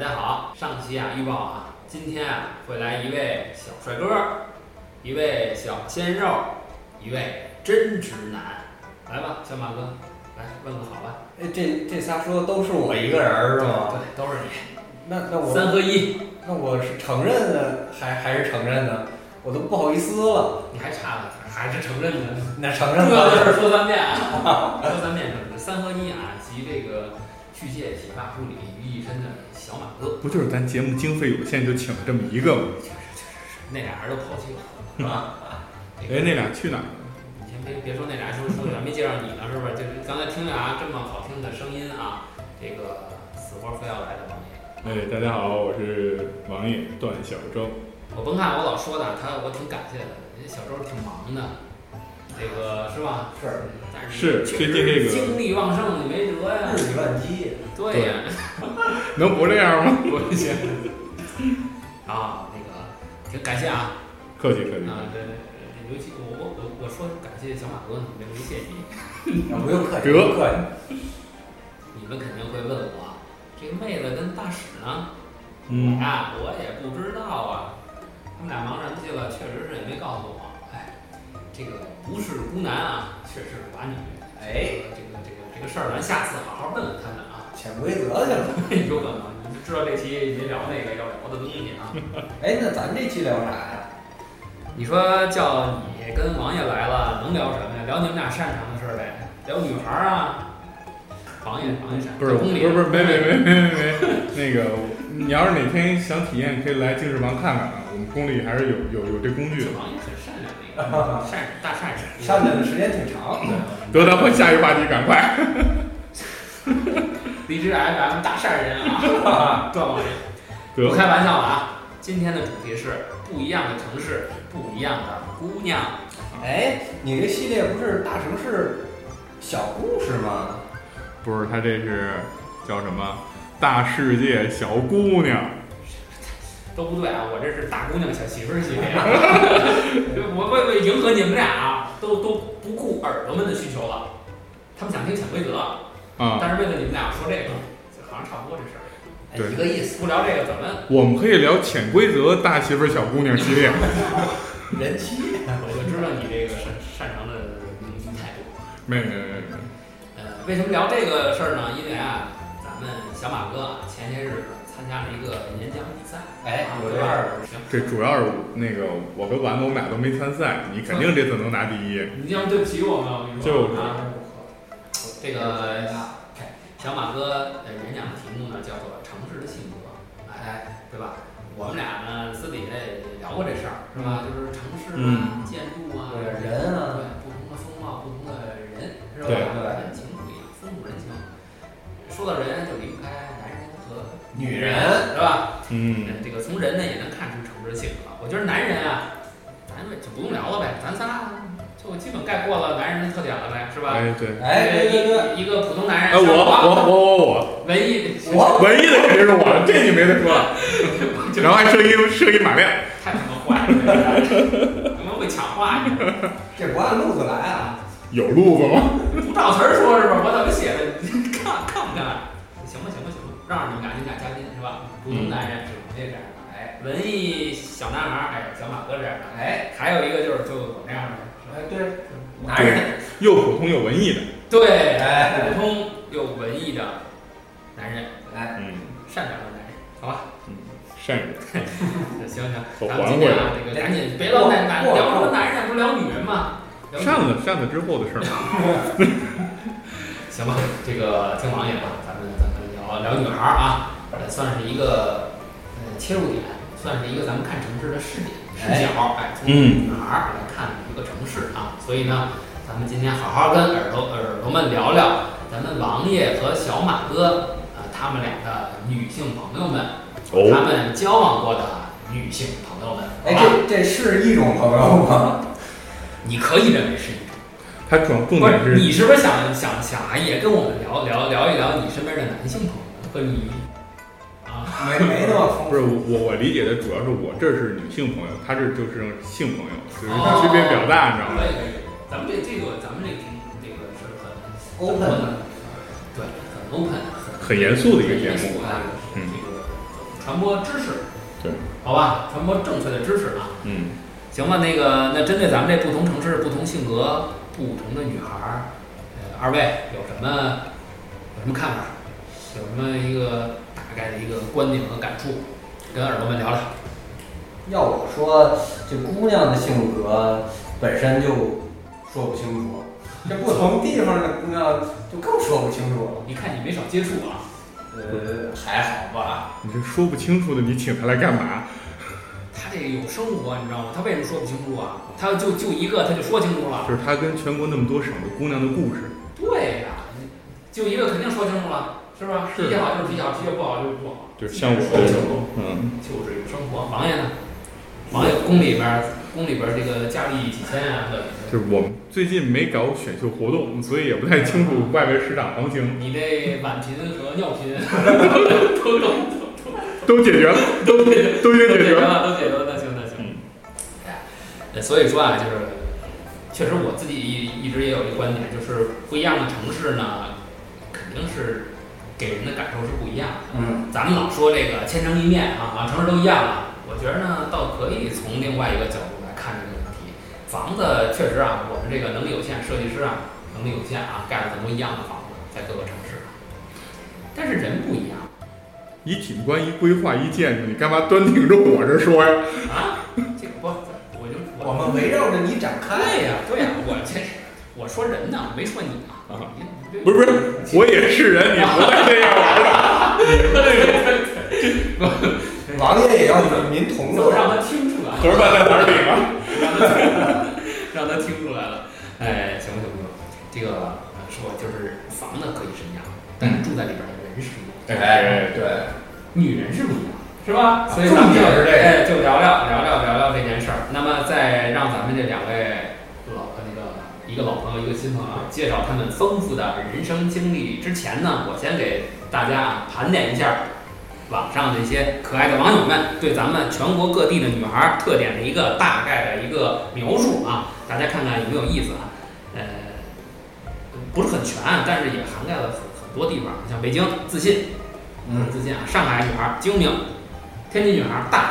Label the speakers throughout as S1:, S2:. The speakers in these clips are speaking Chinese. S1: 家好，上期啊预告啊，今天啊会来一位小帅哥，一位小鲜肉，一位真直男。来吧，小马哥，来问个好吧。
S2: 哎，这这仨说的都是我一个人儿是吗？
S1: 对，都是你，
S2: 那那
S1: 三
S2: 我
S1: 合一，
S2: 那我是承认呢，还还是承认呢？我都不好意思了，
S1: 你还差了，还是承认的。
S2: 那承认
S1: 重要
S2: 吧。
S1: 的事儿说三遍啊，说三遍什么？三合一啊，集这个巨蟹、洗发梳理于一身的小马 哥，
S3: 不就是咱节目经费有限，就请了这么一个吗？
S1: 那俩人都抛弃了，啊是吧？
S3: 哎，那俩去哪儿了？
S1: 你先别别说那俩，说说咱没介绍你呢，是不是？就是刚才听着啊，这么好听的声音啊，这个死活非要来的王爷，
S3: 哎，大家好，我是王爷段小周。
S1: 我甭看我老说啊他，他我挺感谢的，人家小周挺忙的，这个是吧？
S2: 是
S1: 但是
S3: 是
S1: 确实
S3: 最近这个
S1: 精力旺盛，你没辙呀。
S2: 日理万机，
S1: 对呀、
S3: 能不这样吗？
S1: 我去。啊，那个挺感谢啊，
S3: 客气客气。
S1: 啊，对，尤其我我我我说感谢小马哥，你们没谢你，
S2: 啊不用客气，
S3: 得
S2: 不用客气。
S1: 你们肯定会问我，这个妹子跟大使呢？我
S3: 嗯，
S1: 呀，哎我也不知道啊，他们俩忙人去了，确实是也没告诉我。哎，这个不是孤男啊，确实是寡女。
S2: 哎，
S1: 这个这个这个事儿，咱下次好好问问他们啊，
S2: 潜规则去了。
S1: 有可能你就知道这期没聊那个要聊的东西 啊。
S2: 哎，那咱这期聊啥呀？
S1: 你说叫你跟王爷来了，能聊什么呀？聊你们俩擅长的事儿呗，聊女孩儿啊。王爷，王爷擅
S3: 不是，
S1: 长
S3: 不
S1: 宫里
S3: 是，不是，没没没没没 没，那个，你要是哪天想体验，可以来精致房看看啊，我们宫里还是有有有这工具的。
S1: 王爷很善良 那个，善大善人。
S2: 上阵的时间挺长，
S3: 得得，换下一个话题，赶快。
S1: 离职 FM 大善人 啊，段王爷。不
S3: 得，
S1: 开玩笑了啊！今天的主题是不一样的城市，不一样的姑娘。
S2: 哎，你这系列不是大城市小故事吗？
S3: 不是，他这是叫什么？大世界小姑娘。
S1: 都不对啊，我这是大姑娘小媳妇儿系列。啊 我为为迎合你们俩啊，都都不顾耳朵们的需求了，他们想听潜规则。
S3: 啊、
S1: 但是为了你们俩说这个，就好像差不多这事儿。
S2: 哎
S3: 对
S2: 一个意思，
S1: 不聊这个，咱们
S3: 我们可以聊潜规则大媳妇儿小姑娘系列。
S2: 人妻。
S1: 我就知道你这个擅擅长的明星态度。
S3: 没没没没。
S1: 呃，为什么聊这个事儿呢？因为啊，咱们小马哥啊前些日子参加了一个演讲比赛，
S2: 哎，
S1: 啊
S2: 有
S1: 对
S2: 这
S1: 吧
S2: 二
S1: 行，
S3: 这主要是那个我跟丸子，我们俩都没参赛，你肯定这次能拿第一。
S1: 你要不对不起我们，我跟你说
S3: 就是
S1: 啊，这个
S2: 啊
S1: 小马哥呃演讲的题目呢叫做《城市的性格》，哎，
S2: 哎，
S1: 对吧？我们俩呢私底下也聊过这事儿，是吧？就是城市啊
S3: 嗯、
S1: 建筑啊、
S2: 对
S1: 对
S2: 人啊，，
S1: 不同的风貌，不同的人，是吧？
S3: 对
S1: 人情不一样，风土人情。说到人，就离不开男人和
S2: 女人。
S1: 是吧？
S3: 嗯，
S1: 这个从人呢也能看出城市性格。我觉得男人啊，咱们就不用聊了呗，咱仨就基本概括了男人的特点了呗，是吧？
S3: 哎对，
S2: 哎，对对对，呃
S1: 一个一个普通男人，
S3: 哎我
S1: 像
S3: 我我我
S1: 文艺，
S2: 我
S3: 我，唯一的肯定是我，这你没得说了。然后还射一射一马亮，
S1: 太他妈坏了，他妈会抢话，
S2: 这不按路子来啊。
S3: 有路子吗？
S1: 不照词儿说是吧？我怎么写的？你看看不看？行吧，行吧，行吧，让你们俩你俩嘉宾是吧？普通
S2: 嗯
S1: 男人就是我这样的，哎，文艺小男孩，哎，小马哥这样的，哎，还有一个就是就我这样的，是吧
S2: 哎，对，
S1: 男人，
S3: 又普通又文艺的。
S1: 对，
S2: 哎，
S1: 普通又文艺的男人，
S2: 哎，
S3: 嗯，
S1: 善良的男人，好吧？
S3: 善人，
S1: 行行，
S3: 我
S1: 咱们
S3: 还
S1: 今
S3: 回
S1: 天
S3: 来。
S1: 啊，这个赶紧别老男男聊什么男人，不聊女人嘛？聊女人
S3: 扇子扇子之后的事儿嘛。
S1: 行吧，这个听王爷啊，咱们咱们聊聊女孩儿啊，呃，算是一个呃切入点，算是一个咱们看城市的视点视角，哎，从
S3: 嗯
S1: 女孩儿来看一个城市啊，所以呢，咱们今天好好跟耳朵耳朵们聊聊咱们王爷和小马哥啊、他们俩的女性朋友们，
S3: 哦
S1: 他，们交往过的女性朋友们，
S2: 哎，
S1: 好吧，
S2: 这这是一种朋友吗？
S1: 你可以认为是一种。
S3: 他主要重
S1: 不
S3: 点
S1: 是
S3: 是
S1: 你是不是想想想啊，也跟我们聊聊聊一聊你身边的男性朋友和你啊？
S2: 没没那么丰
S3: 不是
S2: 富。
S3: 我我理解的主要是我这是女性朋友，他这就是性朋友，就是
S1: 哦
S3: 区别比较大，你知道吗？
S1: 可以可以，咱们这这个咱们这个这个是很
S2: Open
S1: 对，很 open，很
S3: 很严肃的一个节
S1: 严肃
S3: 目。
S1: 啊，这
S3: 嗯
S1: 个很传播知识，
S3: 对，
S1: 好吧，传播正确的知识啊。
S3: 嗯
S1: 行吧，那个那针对咱们这不同城市、不同性格、不同的女孩儿，呃，二位有什么有什么看法？有什么一个大概的一个观点和感触？跟耳朵们聊聊。
S2: 要我说，这姑娘的性格本身就说不清楚，这不同地方的姑娘就更说不清楚了。
S1: 一看你没少接触啊，
S2: 呃，还好吧，
S3: 你这说不清楚的，你请他来干嘛？
S1: 他这个有生活，你知道吗？他为什么说不清楚啊？他就就一个，他就说清楚了。
S3: 就是他跟全国那么多省的姑娘的故事。
S1: 对呀、就一个肯定说清楚了，是吧？
S3: 是
S1: 脾气好就是脾气好，脾气不好就是不好，
S3: 就像我
S1: 说
S3: 这
S1: 清
S3: 种
S1: 楚。
S3: 嗯，
S1: 就是有生活。王爷呢？王爷宫里边儿，宫里边儿这个佳丽几千啊，
S3: 就是我们最近没搞选秀活动，所以也不太清楚外围市场行情，
S1: 你这晚贫和尿贫 都都
S3: 都解决了，都都都已经
S1: 都
S3: 解
S1: 解
S3: 决
S1: 决
S3: 了。
S1: 了，都解决了，那行那行
S3: 嗯。
S1: 哎，所以说啊，就是确实我自己一一直也有一个观点，就是不一样的城市呢，肯定是给人的感受是不一样的。
S2: 嗯，
S1: 咱们老说这个千城一面啊，啊，城市都一样啊。我觉得呢，倒可以从另外一个角度来看这个问题。房子确实啊，我们这个能力有限，设计师啊能力有限啊，盖了很多一样的房子在各个城市，啊但是人不一样
S3: 一景观一规划一建筑，你干嘛端顶着我这说呀？
S1: 啊。这个不，我就
S2: 我们围绕着你展开。
S1: 对呀、对呀、我这我说人呢，我没说你啊
S3: 啊。
S1: 你
S3: 不是不是，我也是人，你不带这样玩 的。
S2: 王爷也要与民
S1: 我
S2: 同乐。
S1: 让他听出来。
S3: 盒饭在哪儿领啊？
S1: 让他让他听出来了。哎，行不行不行，这个呃说就是房子可以是一样，但是住在里边儿的人是不一样，
S2: 哎，对，
S1: 女人是不一样，是吧？所以
S2: 啊重
S1: 咱们就
S2: 点是这个
S1: 哎就聊聊聊聊聊聊这件事儿。那么再让咱们这两位老呃那个一个老朋友一个新朋友啊介绍他们丰富的人生经历之前呢，我先给大家啊盘点一下。网上这些可爱的网友们对咱们全国各地的女孩儿特点的一个大概的一个描述啊，大家看看有没有意思啊？呃，不是很全，但是也涵盖了很很多地方，像北京自信，
S2: 嗯
S1: 自信啊，上海女孩精明，天津女孩大方，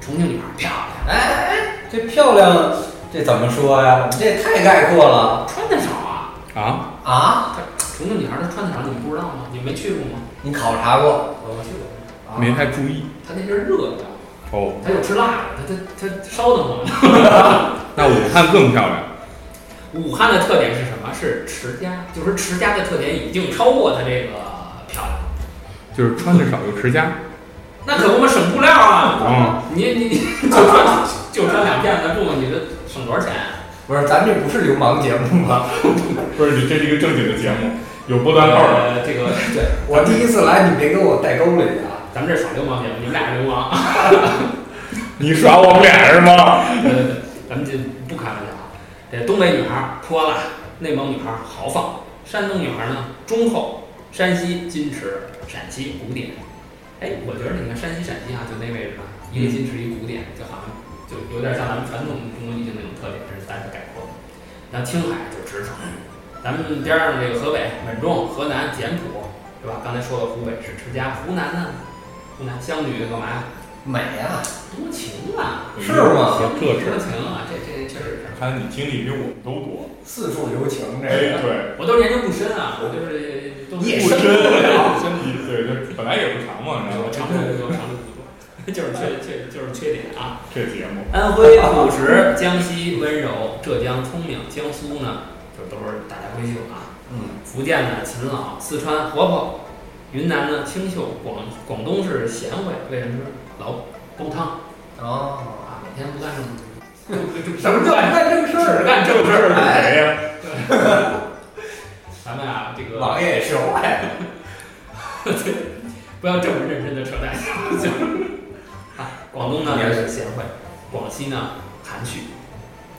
S1: 重庆女孩漂亮，
S2: 哎哎，这漂亮，这怎么说呀？这也太概括了
S1: 穿的少啊。
S3: 啊，
S2: 啊！
S1: 重庆女孩她穿的少，你们不知道吗？你们没去过吗？
S2: 你考察过？
S1: 我去过，
S2: 啊
S3: 没太注意
S1: 她那边儿热，你知道吗？
S3: 哦。
S1: 她又吃辣的，她她她烧得慌。
S3: 那武汉更漂亮，
S1: 武汉的特点是什么？是持家，就是持家的特点已经超过它这个漂亮。
S3: 就是穿的少又持家。
S1: 那可不嘛，省布料啊！
S3: 嗯，
S1: 你 你你就穿就穿两片子布，你这省多少钱？啊
S2: 不是，咱这不是流氓节目吗？
S3: 不是，你这是一个正经的节目，有波
S1: 呃，这个对，
S2: 我第一次来，你别跟我代沟里啊！
S1: 咱们这耍流氓节目，你们俩是流氓。
S3: 你耍我们俩是吗？
S1: 呃，咱们这不开玩笑啊。这东北女孩儿泼辣，内蒙女孩儿豪放，山东女孩儿呢忠厚，山西矜持，陕西古典。哎，我觉得你看山西、陕西啊，就那位置啊，一个矜持，一古典，就好像就有点像咱们传统中国女性那种特点，这是大家概括的。然后青海就直爽，咱们边上这个河北稳重，河南简朴，对吧？刚才说了湖北是持家，湖南呢，湖南湘女干嘛呀？
S2: 美呀、
S1: 多情啊！
S2: 是吗
S3: 行这
S1: 热
S3: 是，
S1: 情啊，这这确实是。
S3: 看你经历比我们都多。
S2: 四处留情这
S3: 哎，
S2: 个，
S3: 对，
S1: 我都是研究不深啊，我就是都是
S2: 夜
S3: 不
S2: 深
S3: 深，
S2: 了
S3: 对，这本来也不长嘛，然后
S1: 我长处不多，长处不多，就是缺缺就是缺点啊。
S3: 这节目，
S1: 安徽朴实，江西温柔，浙江聪明，江苏呢就都是大家闺秀啊。
S2: 嗯，
S1: 福建呢勤劳，四川活泼，云南呢清秀，广广东是贤惠，为什么呢？老煲汤
S2: 哦，
S1: 啊，每天不干正事，
S2: 什么叫不干正事
S1: 只
S2: 儿？哎
S1: 干正事
S3: 这
S1: 儿？
S3: 是谁呀？
S1: 咱们啊，这个
S2: 王爷也是坏，
S1: 不要这么认真的扯淡。 啊，广东
S2: 嗯
S1: 呢是贤惠，广西呢含蓄，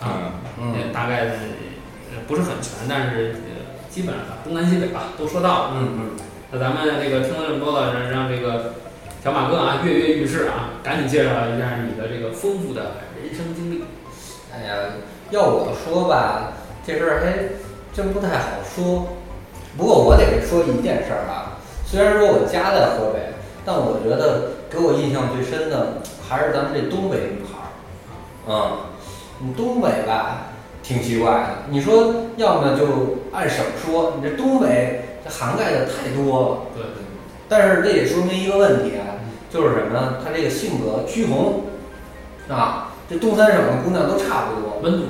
S1: 啊，
S3: 嗯，
S1: 呃大概是呃不是很全，但是呃基本上吧，东南西北吧都说到了。
S2: 嗯嗯，
S1: 那咱们这个听了这么多了，让让这个小马哥啊跃跃欲试啊，赶紧介绍一下你的这个丰富的人生经历。
S2: 哎呀，要我说吧，这事儿还真不太好说。不过我得说一件事儿啊，虽然说我家在河北，但我觉得给我印象最深的还是咱们这东北女孩儿，嗯，你东北吧挺奇怪的，你说要么就按省说，你这东北这涵盖的太多了，
S1: 哦对对
S2: 但是这也说明一个问题啊，就是什么呢？她这个性格趋同，啊，这东三省的姑娘都差不多，
S1: 温度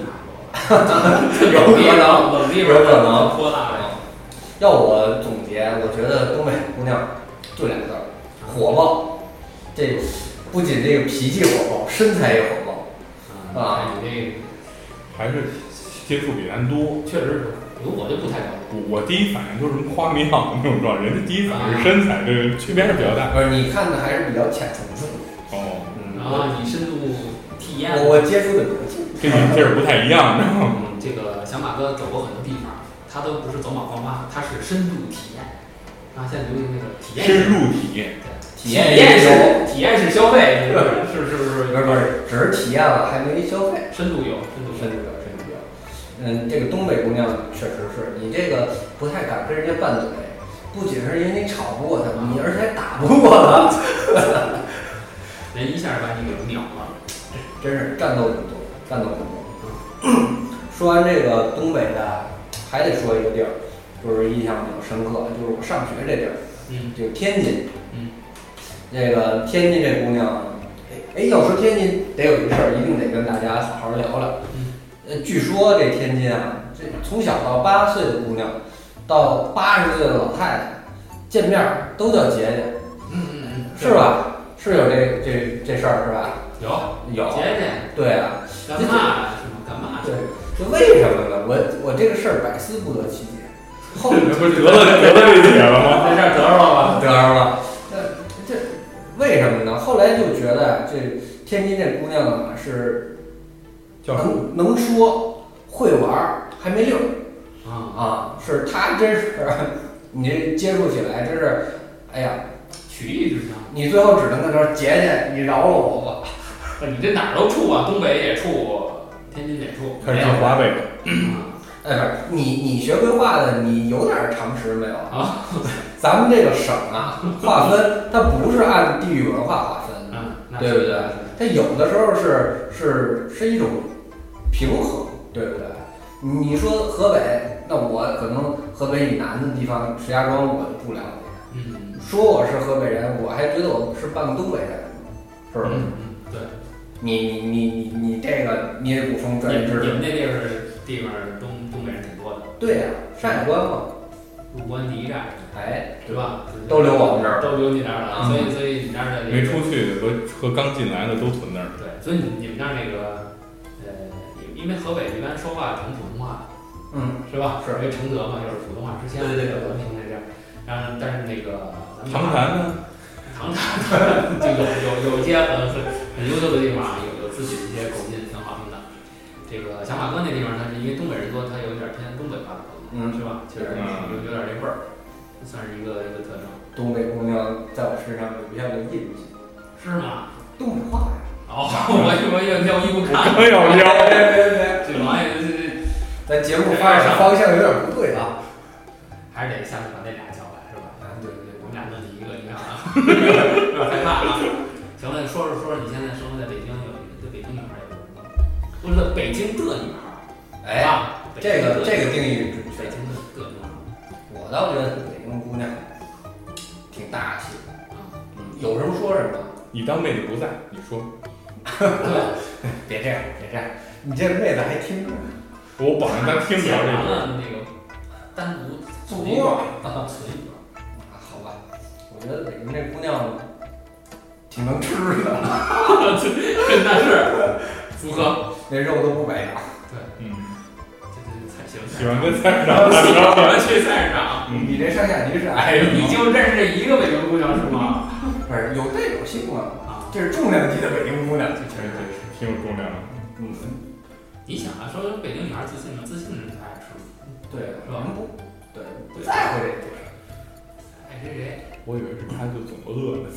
S1: 差不 多，
S2: 有可能。
S1: 冷地方
S2: 有可能
S1: 泼大了，
S2: 要我总结，我觉得东北姑娘就俩字儿，火爆。这不仅这个脾气火爆，身材也火爆。
S1: 啊，你这
S3: 还是接触比咱多。
S1: 确实是，我就不太了解。
S3: 我我第一反应就是什么花庙那种状，人家第一反应是身材，这个区别是比较大。
S2: 不是，你看的还是比较浅层次的。
S3: 哦，
S2: 嗯，
S1: 然
S2: 我
S1: 后你深度体啊验
S2: 我我接触的比较近。
S3: 跟你们这儿不太一样，你知道吗？
S1: 嗯，这个小马哥走过很多地方，他都不是走马观花，他是深度体验。啊，现在流行那个体验
S3: 深
S1: 式，
S3: 入体验，
S1: 体验
S2: 有，
S1: 式，体验式消费，是不是是不是？
S2: 不是不是，只是体验了，还没消费。
S1: 深度有，深度
S2: 深度有，深度有。嗯，这个东北姑娘确实是你这个不太敢跟人家拌嘴，不仅是因为你吵不过他们，你而且还打不过他，
S1: 有，人一下把你给秒了。
S2: 真是战斗民族，战斗民族。说完这个东北的，还得说一个地儿，就是印象比较深刻，就是我上学这地儿，
S1: 嗯
S2: 就是天津。
S1: 嗯，
S2: 这个天津这姑娘，哎，哎要说天津得有一事儿，一定得跟大家好好聊聊。
S1: 嗯，
S2: 呃，据说这天津啊，这从小到八岁的姑娘，到八十岁的老太太，见面儿都叫姐姐，
S1: 嗯嗯嗯，
S2: 是吧？是有这这这事儿是吧？
S1: 有
S2: 有。
S1: 姐姐
S2: 对啊，
S1: 干嘛呀？是吗？干嘛去
S2: 对？，就为什么呢？我我这个事儿百思不得其解。后
S3: 这不是得了得了这姐了吗？
S1: 在这儿得着了吧？
S2: 得着了，这这为什么呢？后来就觉得啊这天津这姑娘啊是
S3: 叫什么？
S2: 能能说会玩儿，还没溜
S1: 啊，
S2: 儿。啊，是他真是，哎你这接触起来真是，哎呀，
S1: 曲艺之乡，
S2: 你最后只能跟他说姐姐，你饶了我吧。
S1: 不是你这哪儿都处啊，东北也处，天津也处，
S3: 开始上华北了，
S1: 嗯
S2: 哎，不是你你学规划的，你有点常识没有
S1: 啊？
S2: 咱们这个省啊，划分它不是按地域文化划分的，
S1: 嗯，那
S2: 对不对？它有的时候是是是一种平衡，对不对？你说河北，那我可能河北以南的地方石家庄我就不了解。
S1: 嗯，
S2: 说我是河北人，我还觉得我是半个东北人，是不是？
S1: 嗯嗯对。
S2: 你你你你你这个你得补充专业
S1: 你
S2: 知
S1: 你
S2: 识。
S1: 们那地儿地方东东北人挺多的，
S2: 对啊呀、山海关嘛，
S1: 入关第一站
S2: 哎，
S1: 对吧？
S2: 都留我们这儿了。
S1: 都留你那儿了，
S2: 嗯
S1: 所以所以你那儿的
S3: 没出去和和刚进来的都存那儿。
S1: 对，所以你们那儿那个呃，因因为河北一般说话成普通话
S2: 嗯，
S1: 是吧？
S2: 是
S1: 因为承德嘛，就是普通话之前
S2: 对对对
S1: 文明那阵儿，然后但是那个咱们
S3: 唐坛呢？
S1: 唐山 就有有有一些很很很优秀的地方啊，有有自己的一些口音挺好听的。这个小马哥那地方，它是因为东北人多，它有一点偏东北话的口音，
S2: 嗯
S1: 是吧？其实
S3: 嗯
S1: 有有点这味儿，算是一个一个特征，
S2: 东北姑娘在我身上留下了印记。
S1: 是吗？
S2: 东北话呀，
S1: 哦， 我以为要撩衣服 看，
S3: 刚要
S2: 别
S3: 撩，
S2: 别别，
S1: 这王爷这这
S2: 咱节目发展方向有点不对啊。
S1: 还是得下次把那俩叫来，是吧？
S2: 啊
S1: 对对，我们俩弄你一个，你看啊， 有点害怕啊。行了，你说着说着，你现在生活在北京，有你对北京女孩有什么？不是北京的女孩，
S2: 哎，
S1: 啊，北京的
S2: 这个这个定义准
S1: 北
S2: 确，
S1: 京的各 地方
S2: 我倒觉得北京姑娘挺大气的，
S1: 啊，
S2: 嗯有什么说什么。
S3: 你当妹子不在，你说，
S1: 对，
S2: 别这样，别这样，你这妹子还听着呢。
S3: 我保证她听不了
S1: 讲
S3: 这
S1: 完
S3: 个。
S1: 了那个单独
S2: 主
S1: 存一
S2: 播
S1: 段，啊，存一 段，
S2: 啊，好吧，我觉得北京这姑娘挺能吃的，
S1: 但是 符合，
S2: 那肉都不白养。
S3: 嗯，
S1: 这这才行。
S3: 喜欢跟菜市场打
S1: 我
S3: 交道。
S1: 们去菜市场，
S2: 你这上下级是
S1: 哎，
S2: 挨着
S1: 你
S2: 吗？
S1: 就认识这一个北京姑娘是吗？
S2: 不是有这种性格，
S1: 啊，
S2: 这是重量级的北京姑娘。
S1: 这确实是。
S3: 挺有重量的。
S2: 嗯，
S1: 你想啊，说北京女孩自信吗？自信的人才爱吃吗？
S2: 对，
S1: 是
S2: 我
S1: 吧
S2: 们不，对，不在乎这种事儿。
S1: 爱谁谁
S3: 我以为是她就总饿呢，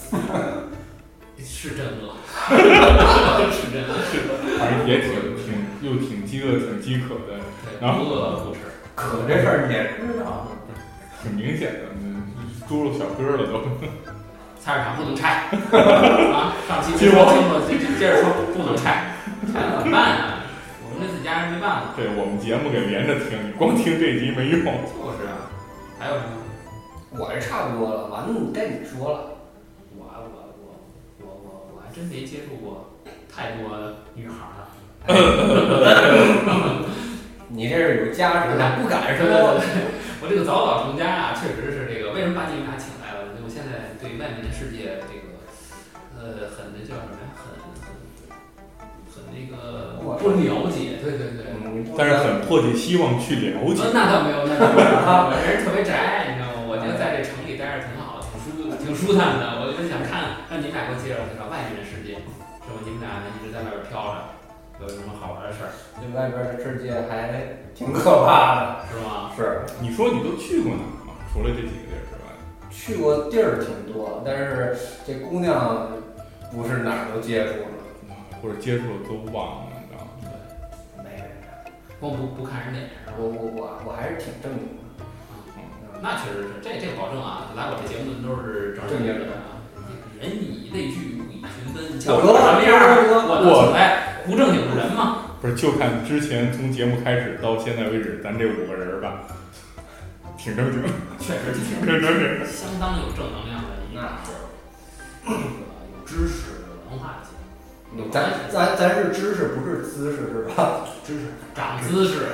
S1: 是真饿，是真饿，
S3: 反正也挺挺又挺饥饿挺饥渴的，
S1: 对，
S3: 啊
S1: 不饿不吃。
S2: 可这事儿你也知道，
S3: 挺明显的。嗯猪肉小哥了都，
S1: 菜菜市场不能拆啊！上期没说清楚，接接着说不能拆，拆了怎么办呀、我们这自家人没办法，
S3: 对我们节目给连着听，你光听这集没用。
S1: 就是啊。还有什么？
S2: 我这差不多了，完了你该你说了。
S1: 我我我我我我还真没接触过太多女孩儿了。
S2: 你这是有家室的，不敢
S1: 对对
S2: 说。
S1: 我这个早早成家啊，确实是这个。为什么把你们俩请来了？我现在对外面的世界这个，呃，很那叫什么呀？很很很那个
S2: 我
S1: 不了解。对对对。
S2: 嗯，你不
S3: 但是
S2: 能
S3: 很迫切希望去了解
S1: 呃。那倒没有，那倒没有。我这人特别宅，你知道吗？我觉得在这城里待着挺好的，挺舒挺舒坦的。我就想看让你们俩给我介绍介绍外面的世界，是吧？你们俩一直在外边飘着，有什么好玩的事儿
S2: 这外边的世界还挺可怕
S1: 是吗？
S2: 的。是呃
S3: 你说你都去过哪儿吗？除了这几个地儿之外，
S2: 去过地儿挺多，但是这姑娘不是哪儿都接触了。
S3: 或者接触的都忘了，你知道吗？
S2: 没有，
S1: 光不不看人脸是吧？
S2: 我我我我还是挺正经的。嗯
S1: 那确实是，这这保证啊，来我这节目的都是正
S2: 正经
S1: 人
S2: 人
S1: 啊。人以类聚，物以群分。
S2: 我
S1: 像我什么样儿？
S2: 说
S1: 我能起来不正经的人吗？
S3: 不是，就看之前从节目开始到现在为止，咱这五个人儿吧，挺正经，
S1: 确实
S3: 挺
S1: 挺
S3: 正经。
S1: 相当有正能量的一个
S2: 那是
S1: 这个有知识、有文化的节目，
S2: 嗯咱咱咱是知识不是姿势是吧？
S1: 知识长姿势，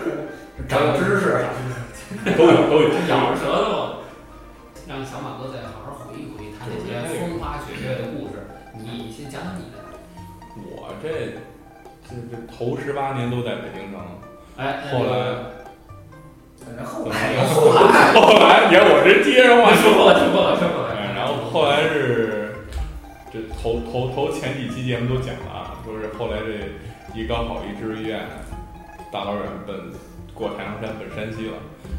S2: 长 知
S1: 长知
S2: 识。
S1: 识
S3: 都有都有。
S1: 咬着舌头，让小马哥再好好回忆回忆他那些风花雪月的故事。你先讲讲你的。
S3: 我这这这头十八年都在北京城，
S1: 哎，那
S3: 后
S1: 个
S3: 来
S2: 然后来
S3: 后来你看我这接上
S1: 我
S3: 话
S1: 说过了，说过了，说过了。
S3: 嗯然后后来是这头头头前几期节目都讲了啊，说是后来这一高考一志愿，大老远奔过太行山奔山西了，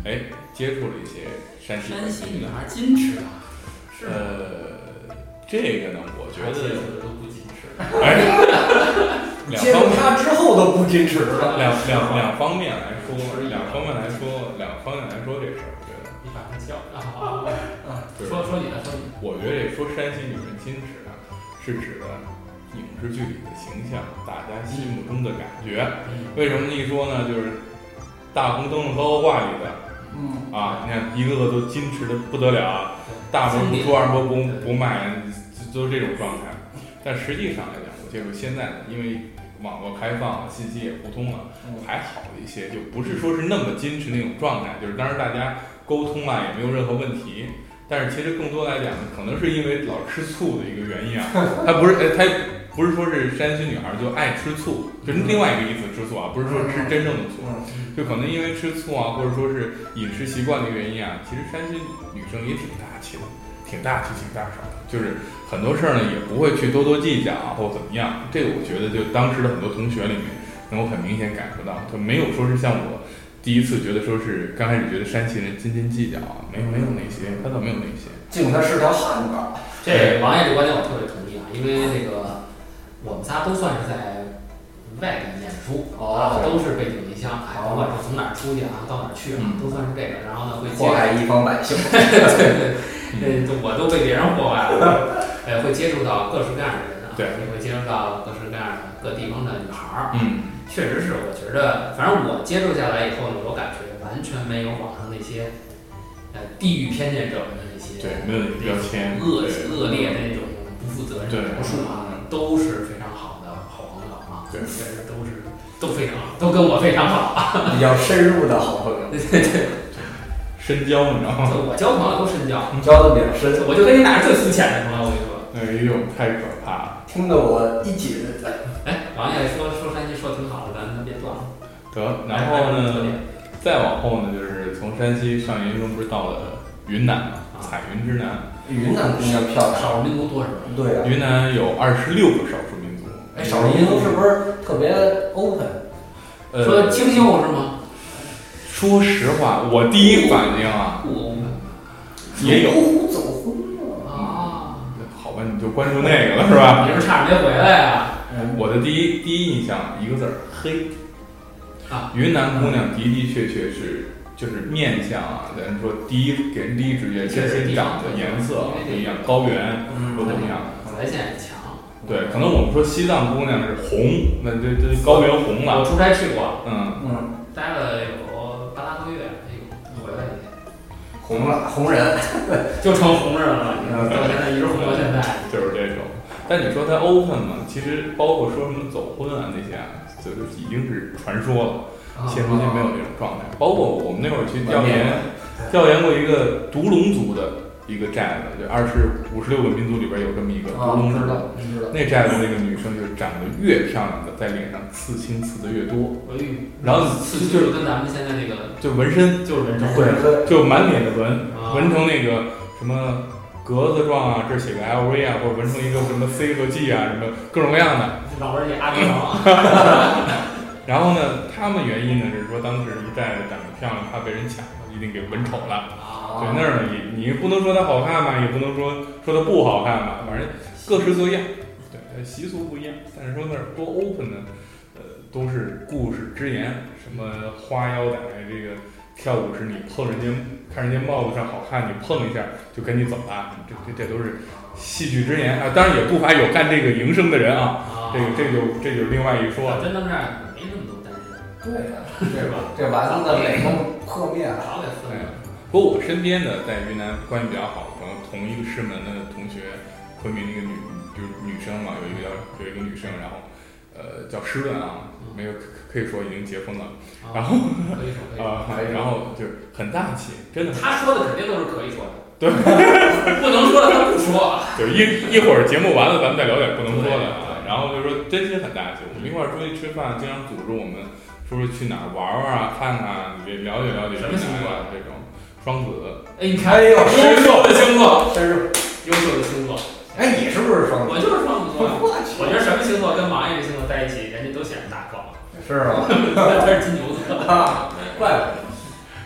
S3: 哎，接触了一些山西
S1: 山西女孩矜持啊，是吗？
S3: 呃，这个呢，我觉
S1: 接
S3: 得
S1: 触的都不矜持。
S3: 哎，两
S2: 接触
S3: 方
S2: 他之后都不矜持了。
S3: 两两两方面来说，两方面来说，两方面来说这事儿，我觉得。
S1: 你把他叫啊！说说你的，说你的。
S3: 我觉得说山西女人矜持啊，是指的影视剧里的形象，大家心目中的感觉。为什么一说呢？就是《大红灯笼高高挂》里的
S2: 嗯，
S3: 啊，你看一个个都矜持的不得了啊，大门不
S1: 经
S3: 出
S1: 典
S3: 二门不不迈，就都这种状态。但实际上来讲，我接触现在呢，因为网络开放了，信息也互通了。
S2: 嗯
S3: 还好一些，就不是说是那么矜持那种状态，就是当时大家沟通啊也没有任何问题。但是其实更多来讲呢，可能是因为老吃醋的一个原因啊，他不是，哎，他不是说是山西女孩就爱吃醋，就是另外一个意思吃醋啊，不是说吃真正的醋，
S2: 嗯
S3: 就可能因为吃醋啊，或者说是饮食习惯的原因啊，其实山西女生也挺大气的，挺大气，挺大方，就是很多事儿呢也不会去多多计较啊，或怎么样。这个我觉得就当时的很多同学里面，能够很明显感受到，就没有说是像我第一次觉得说是刚开始觉得山西人斤斤计较啊，没有没有那些，他倒没有那些。
S2: 敬他是条汉子。
S1: 这王爷这观点我特别同意啊，因为那个我们仨都算是在外地念书，啊，都是背井离乡，哎，甭管是从哪儿出去啊，到哪儿去啊，都算是这个。然后呢，会接
S2: 祸害一方百姓。
S3: 嗯
S1: 这我都被别人祸害了，哎，会接触到各式各样的人啊，
S3: 对
S1: 也会接触到各式各样的各地方的女孩儿。
S3: 嗯，
S1: 确实是，我觉着，反正我接触下来以后呢，我感觉完全没有网上那些，呃，地域偏见者们的那些
S3: 对，没有那个标签，
S1: 恶
S3: 对
S1: 恶劣的那种不负责任
S3: 对嗯
S1: 的描述啊，都是非常好的好朋友啊，
S3: 对
S1: 确实都是都非常好，都跟我非常好。
S2: 比较深入的好朋友，
S3: 深交，你知道吗？
S1: 就我交朋友都深交，
S2: 交的比较深，
S1: 我就跟你俩是最肤浅的朋友，我跟你说。
S3: 哎呦，太可怕了。
S2: 听得我一紧。
S1: 哎，王爷说说山西说挺好的，咱咱别断了。哎
S3: 得，然后呢？再往后呢，就是从山西上研究生，不是到了云南嘛，
S1: 啊
S3: 彩云之南。
S2: 云南姑娘漂亮。
S1: 哎少数民族多是吧？
S2: 对啊，
S3: 云南有二十六个少数民族。
S2: 哎，少数民族是不是特别 open？
S1: 说
S3: 呃，
S1: 清秀是吗？
S3: 说实话，我第一反应啊，
S1: 不
S3: 也有
S2: 走呼走呼
S1: 啊，
S3: 好吧，你就关注那个了是吧？
S1: 你是差点没回来啊？
S2: 嗯，
S3: 我的第一第一印象一个字儿黑
S1: 啊。
S3: 云南姑娘的的确确是就是面相啊，咱说第一给人第一直觉，先
S1: 这是第
S3: 先
S1: 一
S3: 长得颜色不一样，高原
S2: 嗯
S3: 都不一样。
S1: 紫外线也强。
S3: 对，可能我们说西藏姑娘是红，那这这高原红
S1: 我
S3: 了，
S1: 出差去过，
S3: 嗯，
S2: 嗯，
S1: 待了有八八个月，哎呦，回来也
S2: 红了红人，
S1: 就成红人了，你知道吗？到现在一直红到现 在。
S3: 就是这种。但你说它 open 嘛，其实包括说什么走婚啊那些啊，就是已经是传说了。
S1: 啊
S3: 现如今没有这种状态。包括我们那会儿去调研，调研过一个独龙族的一个寨子，就二十五十六个民族里边有这么一个独
S2: 啊，
S3: 龙
S2: 知
S3: 族。
S2: 道知道，
S3: 那寨子那个女生就是长得越漂亮的，在脸上刺青刺的越多，
S1: 哎呦，
S3: 然后
S1: 刺激
S3: 就就是
S1: 就跟咱们现在那个 啊
S3: 就纹身，
S1: 就是人生
S2: 混喝
S3: 就满脸的纹，
S1: 啊
S3: 纹成那个什么格子状啊，这儿写个 LV 啊，或者纹成一个什么 C 和 G 啊，什么各种各样的。
S1: 老玩儿阿迪 王，
S3: 然后呢，他们原因呢是说当时一寨子长得漂亮，怕被人抢了，一定给纹丑了。
S1: 啊，
S3: 对那儿呢，你你不能说它好看吧，也不能说说它不好看吧，反正各式各样，对，它习俗不一样。但是说那儿多 open 呢，呃，都是故事之言，什么花腰带，这个跳舞时你碰人家，看人家帽子上好看，你碰一下就赶紧走了，这这这都是戏剧之言啊。当然也不乏有干这个营生的人
S1: 啊
S3: 啊，这个这就这就是另外一说了。
S1: 真弄这样没那么多担心，
S2: 对呀，
S1: 是吧？
S2: 这丸子的美梦破灭了，
S1: 早给分了。
S3: 不过我身边的在云南关系比较好的朋友，同一个师门的同学，昆明那个女就是女生嘛，有一个叫有一个女生，然后呃叫诗润啊，
S1: 嗯
S3: 没有可可以说已经结婚了
S1: 啊
S3: 然后
S1: 可以说可以说，
S3: 啊、然后就是很大气， 真的
S1: 他说的肯定都是可以 说的，对，不能说的他不说。
S3: 就是一一会儿节目完了，咱们再聊点不能说的啊。然后就说真心很大气，我们一块儿出去吃饭，经常组织我们说是去哪儿玩玩啊，看看啊，你这了解了解
S1: 什
S3: 云
S1: 么星
S3: 南
S1: 座
S3: 啊这种双子，
S1: 哎，你看
S2: 哎呦，
S1: 优秀的星座，
S2: 真是，
S1: 优秀的星座，
S2: 哎，你是不是双子？
S1: 我就是双子座。啊
S2: 我
S1: 我觉得什么星座跟王爷这星座在一起，人家都显得大高，
S2: 去，是吗？
S1: 他是金牛座，
S2: 啊， 怪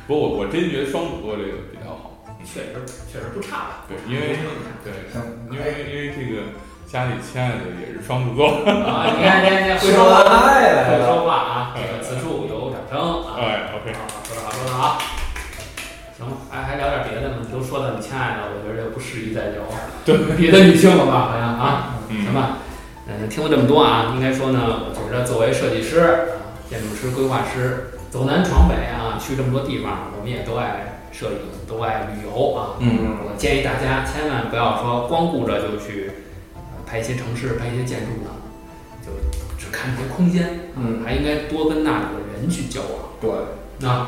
S3: 不过我我真觉得双子座这个比较好。
S1: 确实确实不差吧？
S3: 对，因为 对，
S2: 不得，哎
S3: 因为因为这个家里亲爱的也是双子座，
S1: 啊，你看人家人家会说
S2: 说完
S1: 话，
S2: 爱来
S1: 会
S2: 了，
S1: 说话啊，这个此处有掌声啊。
S3: 哎，OK，
S1: 啊，说得好，说得好。行，还还聊点别的吗？你都说到你亲爱的，我觉得就不适宜再聊对 别的女性了吧？好像啊，行
S3: 嗯，
S1: 吧。嗯，听过这么多啊，应该说呢，我觉得作为设计师、啊，建筑师、规划师，走南闯北啊，去这么多地方，我们也都爱摄影，都爱旅游啊。
S3: 嗯，
S1: 我建议大家千万不要说光顾着就去呃拍一些城市、拍一些建筑呢，就只看这些空间，
S2: 嗯，
S1: 还应该多跟那里的人去交往。
S2: 对，
S1: 那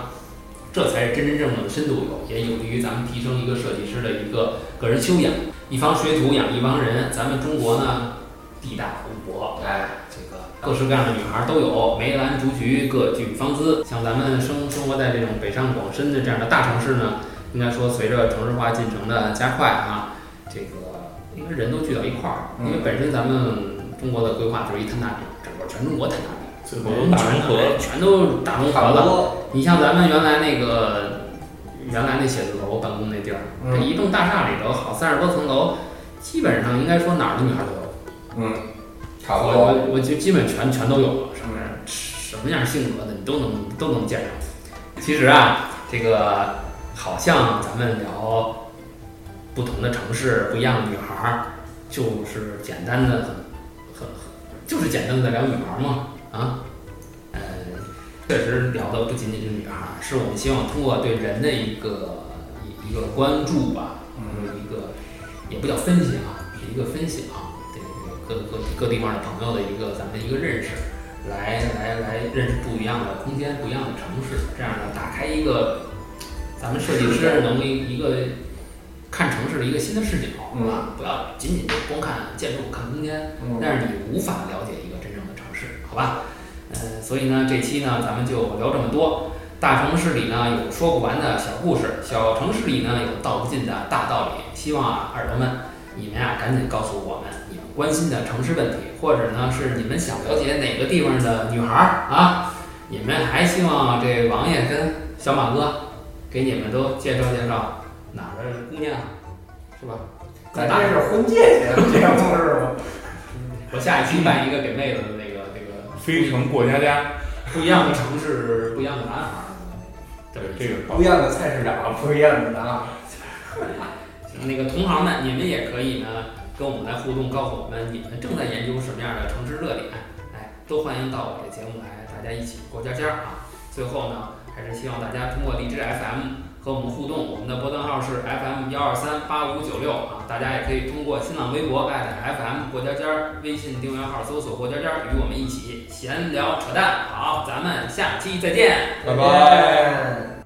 S1: 这才是真真正正的深度游，也有利于咱们提升一个设计师的一个个人修养。一方水土养一方人，咱们中国呢地大物博，
S2: 哎，
S1: 这个各式各样的女孩都有，梅兰竹菊各具芳姿。像咱们生生活在这种北上广深的这样的大城市呢，应该说随着城市化进程的加快啊，这个应该人都聚到一块儿，
S2: 嗯
S1: 因为本身咱们中国的规划就是一摊大饼，整个全中国摊大饼，
S3: 最后都大融合，
S1: 全都大融合
S2: 差
S1: 了
S2: 不。多，
S1: 你像咱们原来那个原来那写字楼办公那地儿，这
S2: 嗯
S1: 一栋大厦里头好三十多层楼，基本上应该说哪儿的女孩都有，
S2: 嗯，差不多，
S1: 我我我就基本全全都有了，什么样
S2: 嗯
S1: 什么样性格的你都能都能见着。其实啊，这个好像咱们聊不同的城市、不一样的女孩儿，就是简单的很很很就是简单的聊女孩儿嘛啊，呃，确实聊的不仅仅是女孩儿，是我们希望通过对人的一个一一个关注吧，
S2: 嗯
S1: 一个也不叫分析啊，是一个分享，对各各各地方的朋友的一个咱们的一个认识，来来来认识不一样的空间、不一样的城市，这样呢，打开一个咱们设计师能一一个看城市的一个新的视角
S2: 嗯
S1: 啊，不要仅仅就光看建筑、看空间，
S2: 嗯，
S1: 但是你无法了解一个真正的城市，好吧？呃，所以呢，这期呢咱们就聊这么多。大城市里呢有说不完的小故事，小城市里呢有道不尽的大道理。希望啊，耳朵们，你们呀、赶紧告诉我们你们关心的城市问题，或者呢是你们想了解哪个地方的女孩儿啊？你们还希望这王爷跟小马哥给你们都介绍介绍哪儿的姑娘，是吧？在
S2: 咱
S1: 大
S2: 这是婚介节目，这样不是吗？
S1: 我下一期办一个给妹子的那个那个
S3: 非诚过家家，
S1: 不一样的城市，不一样的男孩儿，这么一
S3: 这个
S2: 不一样的菜市场，不一样的啊。
S1: 行，那个同行们，你们也可以呢跟我们来互动，告诉我们你们正在研究什么样的城市热点，来都欢迎到我这节目来，大家一起过家家啊！最后呢，还是希望大家通过荔枝 FM 和我们互动，我们的拨段号是 FM 幺二三八五九六啊，大家也可以通过新浪微博 @FM 过家家，微信订阅号搜索过家家，与我们一起闲聊扯淡。好，咱们下期再见。
S3: 拜拜
S2: 再见